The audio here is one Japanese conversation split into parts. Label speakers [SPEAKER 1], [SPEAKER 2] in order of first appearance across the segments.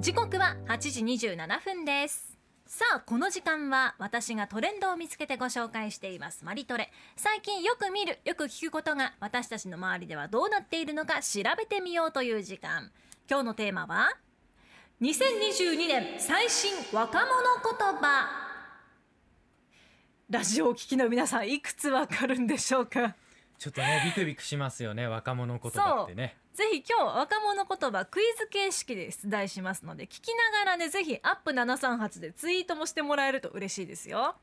[SPEAKER 1] 時刻は8時27分ですさあこの時間は私がトレンドを見つけてご紹介していますマリトレ最近よく見るよく聞くことが私たちの周りではどうなっているのか調べてみようという時間今日のテーマは2022年最新若者言葉ラジオをお聞きの皆さんいくつわかるんでしょうか
[SPEAKER 2] ちょっとねビクビクしますよね若者言葉ってね
[SPEAKER 1] ぜひ今日若者言葉クイズ形式で出題しますので聞きながらねぜひアップ738でツイートもしてもらえると嬉しいですよ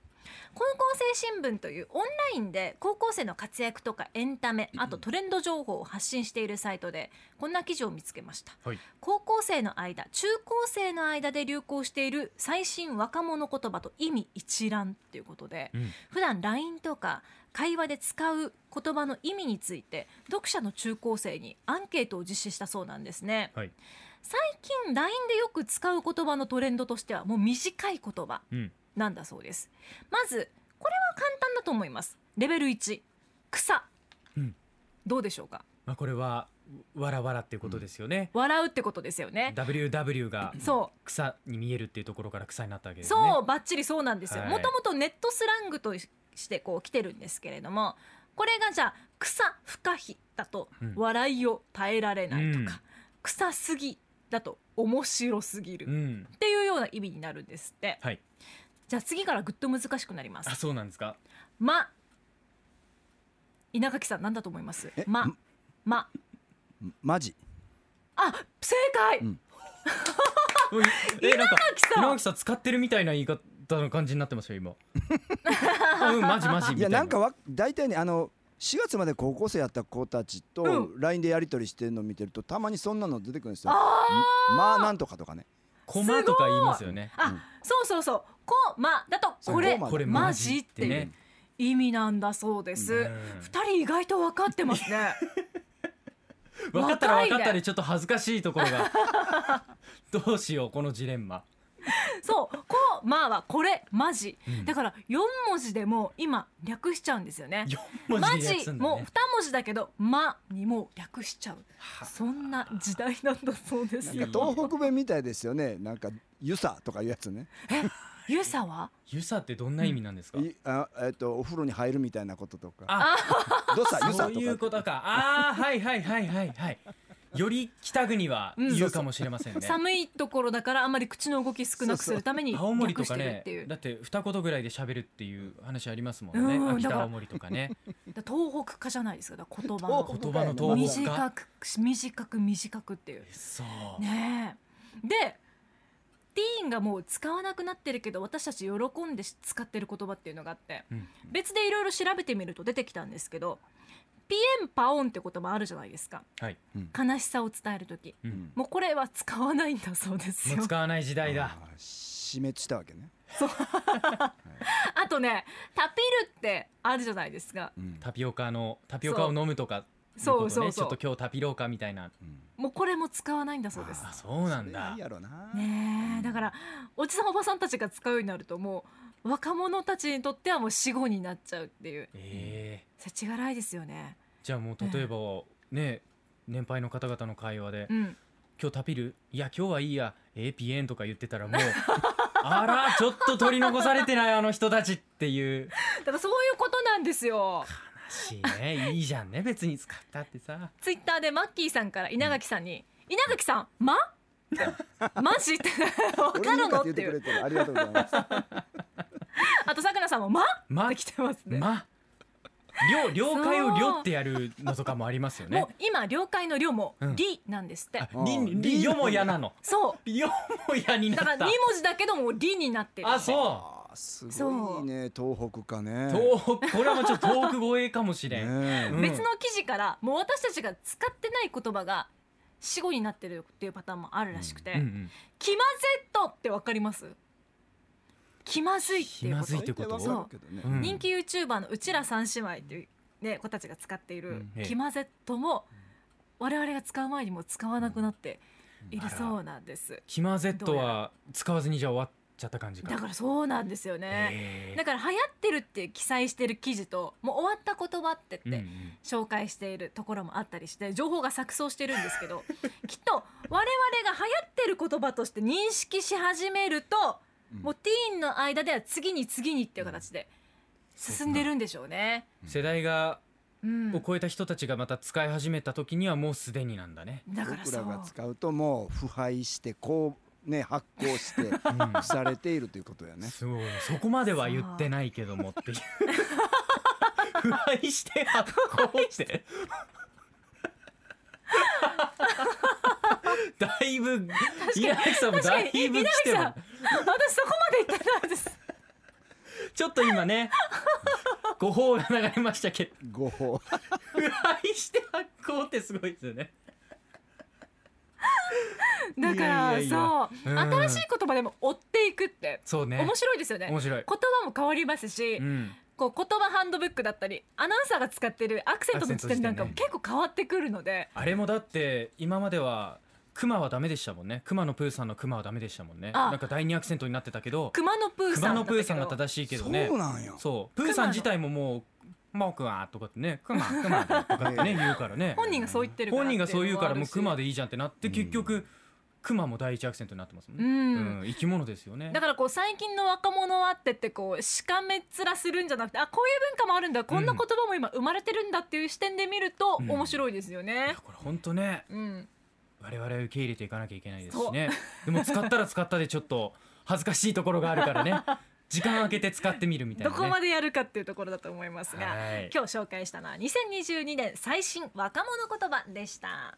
[SPEAKER 1] 高校生新聞というオンラインで高校生の活躍とかエンタメあとトレンド情報を発信しているサイトでこんな記事を見つけました
[SPEAKER 2] はい
[SPEAKER 1] 高校生の間中高生の間で流行している最新若者言葉と意味一覧っていうことで
[SPEAKER 2] うん
[SPEAKER 1] 普段 LINE とか会話で使う言葉の意味について読者の中高生にアンケートを実施したそうなんですね
[SPEAKER 2] はい
[SPEAKER 1] 最近 LINE でよく使う言葉のトレンドとしてはもう短い言葉
[SPEAKER 2] うん
[SPEAKER 1] なんだそうですまずこれは簡単だと思いますレベル1草、
[SPEAKER 2] うん
[SPEAKER 1] どうでしょうか
[SPEAKER 2] まあこれはわらわらっていうことですよね、
[SPEAKER 1] 笑うってことですよね
[SPEAKER 2] WW が
[SPEAKER 1] そう
[SPEAKER 2] 草に見えるっていうところから草になったわけですね
[SPEAKER 1] そう、ばっちりそうなんですよ。
[SPEAKER 2] はい
[SPEAKER 1] もともとネットスラングとしてこう来てるんですけれども、これがじゃあ草不可避だと
[SPEAKER 2] うん
[SPEAKER 1] 笑いを耐えられないとか、
[SPEAKER 2] うん
[SPEAKER 1] 草すぎだと面白すぎる
[SPEAKER 2] う
[SPEAKER 1] っ
[SPEAKER 2] ん
[SPEAKER 1] ていうような意味になるんですって。
[SPEAKER 2] はい
[SPEAKER 1] じゃあ次からぐっと難しくなりま
[SPEAKER 2] あ
[SPEAKER 1] す。
[SPEAKER 2] そうなんですか
[SPEAKER 1] ま、稲垣さんなんだと思います
[SPEAKER 3] え？
[SPEAKER 1] ま
[SPEAKER 3] ん、
[SPEAKER 1] ま、
[SPEAKER 3] マジ
[SPEAKER 1] あ、正解。
[SPEAKER 3] うん
[SPEAKER 2] ういえなんか
[SPEAKER 1] きさん
[SPEAKER 2] 稲垣さん使ってるみたいな言い方の感じになってますよ今あうんマジマジみたい
[SPEAKER 3] い
[SPEAKER 2] な
[SPEAKER 3] やなんかわ大体ねあの4月まで高校生やった子たちと
[SPEAKER 1] う
[SPEAKER 3] LINE でやり取りしてるの見てるとたまにそんなの出てくるんですよ。
[SPEAKER 1] あー
[SPEAKER 3] まあなんとかとかね。
[SPEAKER 2] コマとか言いますよね
[SPEAKER 1] あ、
[SPEAKER 3] うん
[SPEAKER 1] そうそうそう。こまだとこれ
[SPEAKER 3] そう
[SPEAKER 2] これ
[SPEAKER 1] マ
[SPEAKER 2] マ
[SPEAKER 1] ジ
[SPEAKER 2] ジ
[SPEAKER 1] っ
[SPEAKER 2] って
[SPEAKER 1] ね
[SPEAKER 2] てね
[SPEAKER 1] 意味なんだそうです。
[SPEAKER 2] う
[SPEAKER 1] 二、
[SPEAKER 2] ん
[SPEAKER 1] 人意外と分かってます ね。
[SPEAKER 2] 分かったら
[SPEAKER 1] 若いね
[SPEAKER 2] 分かったでちょっと恥ずかしいところがどうしようこのジレンマ
[SPEAKER 1] そう、こう、まあはこれ、マジ
[SPEAKER 2] うん。
[SPEAKER 1] だから四文字でも今略しちゃうんですよね。マ
[SPEAKER 2] 4文字で訳
[SPEAKER 1] ジ
[SPEAKER 2] すんだね
[SPEAKER 1] もう二文字だけど、まにも略しちゃう。
[SPEAKER 2] は
[SPEAKER 1] そんな時代なんだそうです
[SPEAKER 3] な
[SPEAKER 1] よ
[SPEAKER 3] ん。か東北弁みたいですよね。なんかユサとかいうやつね。
[SPEAKER 1] ゆうさんは。
[SPEAKER 2] ユサってどんな意味なんですか、
[SPEAKER 3] いあえっとお風呂に入るみたいなこととか。
[SPEAKER 2] あ
[SPEAKER 3] ドサユサとか
[SPEAKER 2] そう
[SPEAKER 3] って。
[SPEAKER 2] いうことかあーはいはいはいはいはいより北国は
[SPEAKER 1] うん
[SPEAKER 2] 言うかもしれませんね、
[SPEAKER 1] 寒いところだからあんまり口の動き少なくするために
[SPEAKER 2] 青森
[SPEAKER 1] 略
[SPEAKER 2] と
[SPEAKER 1] し
[SPEAKER 2] か
[SPEAKER 1] てるっ
[SPEAKER 2] ね
[SPEAKER 1] ていう
[SPEAKER 2] だって二言ぐらいで喋るっていう話ありますもんね、
[SPEAKER 1] うん
[SPEAKER 2] 秋
[SPEAKER 1] だか
[SPEAKER 2] 田
[SPEAKER 1] ら
[SPEAKER 2] 青森と かね
[SPEAKER 1] だから東北化じゃないですかだから言葉の
[SPEAKER 3] 東
[SPEAKER 2] 言葉の東北化
[SPEAKER 1] 短く短く短くっていう
[SPEAKER 2] そう、
[SPEAKER 1] ねえでティーンがもう使わなくなってるけど私たち喜んで使ってる言葉っていうのがあって
[SPEAKER 2] うん
[SPEAKER 1] 別でいろいろ調べてみると出てきたんですけどピエンパオンって言葉あるじゃないですか
[SPEAKER 2] はい、
[SPEAKER 1] 悲しさを伝える時
[SPEAKER 2] う
[SPEAKER 3] うんん。
[SPEAKER 1] もうこれは使わないんだそうです
[SPEAKER 2] も
[SPEAKER 1] よ
[SPEAKER 2] う使わない時代だ
[SPEAKER 3] あー。死滅したわけね。
[SPEAKER 1] あとねタピルってあるじゃないですか
[SPEAKER 3] うん
[SPEAKER 2] タピオカのタピオカを飲むとか
[SPEAKER 1] そう
[SPEAKER 2] いうことね
[SPEAKER 1] そうそうそう
[SPEAKER 2] ちょっと今日タピローカみたいな
[SPEAKER 3] うん
[SPEAKER 1] もうこれも使わないんだそうです
[SPEAKER 2] あそうなん
[SPEAKER 3] それ
[SPEAKER 2] だ
[SPEAKER 3] いいやろな。
[SPEAKER 1] ねえだからおじさんおばさんたちが使うようになるともう若者たちにとってはもう死後になっちゃうっていう
[SPEAKER 2] ええ
[SPEAKER 1] 世知辛いですよね。
[SPEAKER 2] じゃあもう例えばね年配の方々の会話で
[SPEAKER 1] うん、
[SPEAKER 2] 今日タピるいや今日はいいや APN とか言ってたらもう あらちょっと取り残されてないあの人たちっていう
[SPEAKER 1] だからそういうことなんですよ。
[SPEAKER 2] 悲しいねいいじゃんね別に使ったってさ
[SPEAKER 1] ツイッターでマッキーさんから稲垣さんに「稲垣さんま?」って「マジ?」って分
[SPEAKER 3] 俺
[SPEAKER 1] か
[SPEAKER 3] に
[SPEAKER 1] る
[SPEAKER 3] 向か
[SPEAKER 1] の
[SPEAKER 3] っ
[SPEAKER 1] ってて
[SPEAKER 3] 言っ
[SPEAKER 1] い
[SPEAKER 3] てくれ
[SPEAKER 1] う
[SPEAKER 3] てる。ありがとうござい ます。
[SPEAKER 1] あとさくらさんも「ま?」っ
[SPEAKER 2] ま
[SPEAKER 1] て来てますね。
[SPEAKER 2] ま了了解を了ってやるのとかもありますよね
[SPEAKER 1] もう今了解の「了」も「
[SPEAKER 2] うん
[SPEAKER 1] り」なんですって。
[SPEAKER 2] あ
[SPEAKER 3] うん
[SPEAKER 2] りりよもやなの
[SPEAKER 1] そう
[SPEAKER 2] よもやにな
[SPEAKER 1] だ
[SPEAKER 2] っ
[SPEAKER 1] から2
[SPEAKER 2] た
[SPEAKER 1] 文字だけども「り」になってる
[SPEAKER 2] あそ
[SPEAKER 3] あーすごいね東北かね。
[SPEAKER 2] う東北これはもうちょっと東北語えかもしれん
[SPEAKER 3] ねえ
[SPEAKER 2] うん
[SPEAKER 1] 別の記事からもう私たちが使ってない言葉が死語になってるっていうパターンもあるらしくて、
[SPEAKER 2] うんうん
[SPEAKER 1] 気まずっとってわかります気まずいっていうこ
[SPEAKER 2] 気まずい
[SPEAKER 1] と
[SPEAKER 2] っ、てこと
[SPEAKER 3] 大体わかるけどね
[SPEAKER 2] うん
[SPEAKER 1] 人気 YouTuber のうちら三姉妹っていう、ね、子たちが使っていうる
[SPEAKER 2] んええ
[SPEAKER 1] 気まぜっとも我々が使う前にもう使わなくなっているそうなんです。
[SPEAKER 2] キマゼットは使わずにじゃあ終わっちゃった感じか
[SPEAKER 1] だからそうなんですよね、
[SPEAKER 2] へー
[SPEAKER 1] だから流行ってるって記載してる記事ともう終わった言葉ってって、
[SPEAKER 2] うんうん
[SPEAKER 1] 紹介しているところもあったりして情報が錯綜してるんですけ どきっと我々が流行ってる言葉として認識し始めると、
[SPEAKER 3] うん
[SPEAKER 1] もうティーンの間では次に次にっていう形で進んでるんでしょうね。
[SPEAKER 2] 世代が
[SPEAKER 1] うん、
[SPEAKER 2] を超えた人たちがまた使い始めた時にはもうすでになんだね、
[SPEAKER 1] だから
[SPEAKER 3] 僕
[SPEAKER 1] そ
[SPEAKER 3] ら
[SPEAKER 1] う
[SPEAKER 3] が使うともう腐敗してこうね発酵 して
[SPEAKER 2] うん
[SPEAKER 3] されているということやね
[SPEAKER 2] そうそこまでは言ってないけども っていう腐敗して発酵してだいぶ稲垣さんもだいぶ来て
[SPEAKER 1] 稲垣さん私そこ
[SPEAKER 2] る
[SPEAKER 1] まで言ってないです。
[SPEAKER 2] ちょっと今 ね誤報が流れましたけど
[SPEAKER 3] 誤報
[SPEAKER 2] 腐敗して発酵ってすごいですよね
[SPEAKER 1] だか
[SPEAKER 2] いや
[SPEAKER 1] ら
[SPEAKER 2] いやい
[SPEAKER 1] そ
[SPEAKER 2] や
[SPEAKER 1] う、
[SPEAKER 2] うん
[SPEAKER 1] 新しい言葉でも追っていくって
[SPEAKER 2] そうね
[SPEAKER 1] 面白いですよね。
[SPEAKER 2] 面白い
[SPEAKER 1] 言葉も変わりますし、
[SPEAKER 2] うん
[SPEAKER 1] こう言葉ハンドブックだったりアナウンサーが使ってるアクセントの時点なんかも
[SPEAKER 2] アク
[SPEAKER 1] 結構変わってくるので
[SPEAKER 2] あれもだって今までは熊はダメでしたもんね熊のプーさんの熊はダメでしたもんね
[SPEAKER 1] あ
[SPEAKER 2] なんか第二アクセントになってたけど
[SPEAKER 1] 熊野プーさん
[SPEAKER 2] 熊
[SPEAKER 1] だ
[SPEAKER 2] の
[SPEAKER 1] った
[SPEAKER 2] プーさんが
[SPEAKER 1] けど
[SPEAKER 2] 正しいけどね
[SPEAKER 3] そうなんよ
[SPEAKER 2] そうプーさん自体ももう「もうくわ」とかってね「くまくま」と かってね言うからね
[SPEAKER 1] 本人がそう言ってるから
[SPEAKER 2] 本人がそう言うからもう「
[SPEAKER 1] ってい
[SPEAKER 2] く
[SPEAKER 1] の
[SPEAKER 2] ま」
[SPEAKER 1] あるし
[SPEAKER 2] でいいじゃんってなって結局「くま」も第一アクセントになってますもんね、
[SPEAKER 1] うん
[SPEAKER 2] うん生き物ですよね
[SPEAKER 1] だからこう最近の若者はってってこうしかめっ面するんじゃなくてあこういう文化もあるんだこんな言葉も今生まれてるんだっていう視点で見ると
[SPEAKER 2] うん
[SPEAKER 1] 面白いですよ
[SPEAKER 2] い
[SPEAKER 1] ね
[SPEAKER 2] や。これ本当ね
[SPEAKER 1] うん、
[SPEAKER 2] 我々受け入れていかなきゃいけないです しねでも使ったら使ったでちょっと恥ずかしいところがあるからね時間空けて使ってみるみたいな、
[SPEAKER 1] ど
[SPEAKER 2] ね、
[SPEAKER 1] こまでやるかっていうところだと思いますが
[SPEAKER 2] はい
[SPEAKER 1] 今日紹介したのは2022年最新若者言葉でした。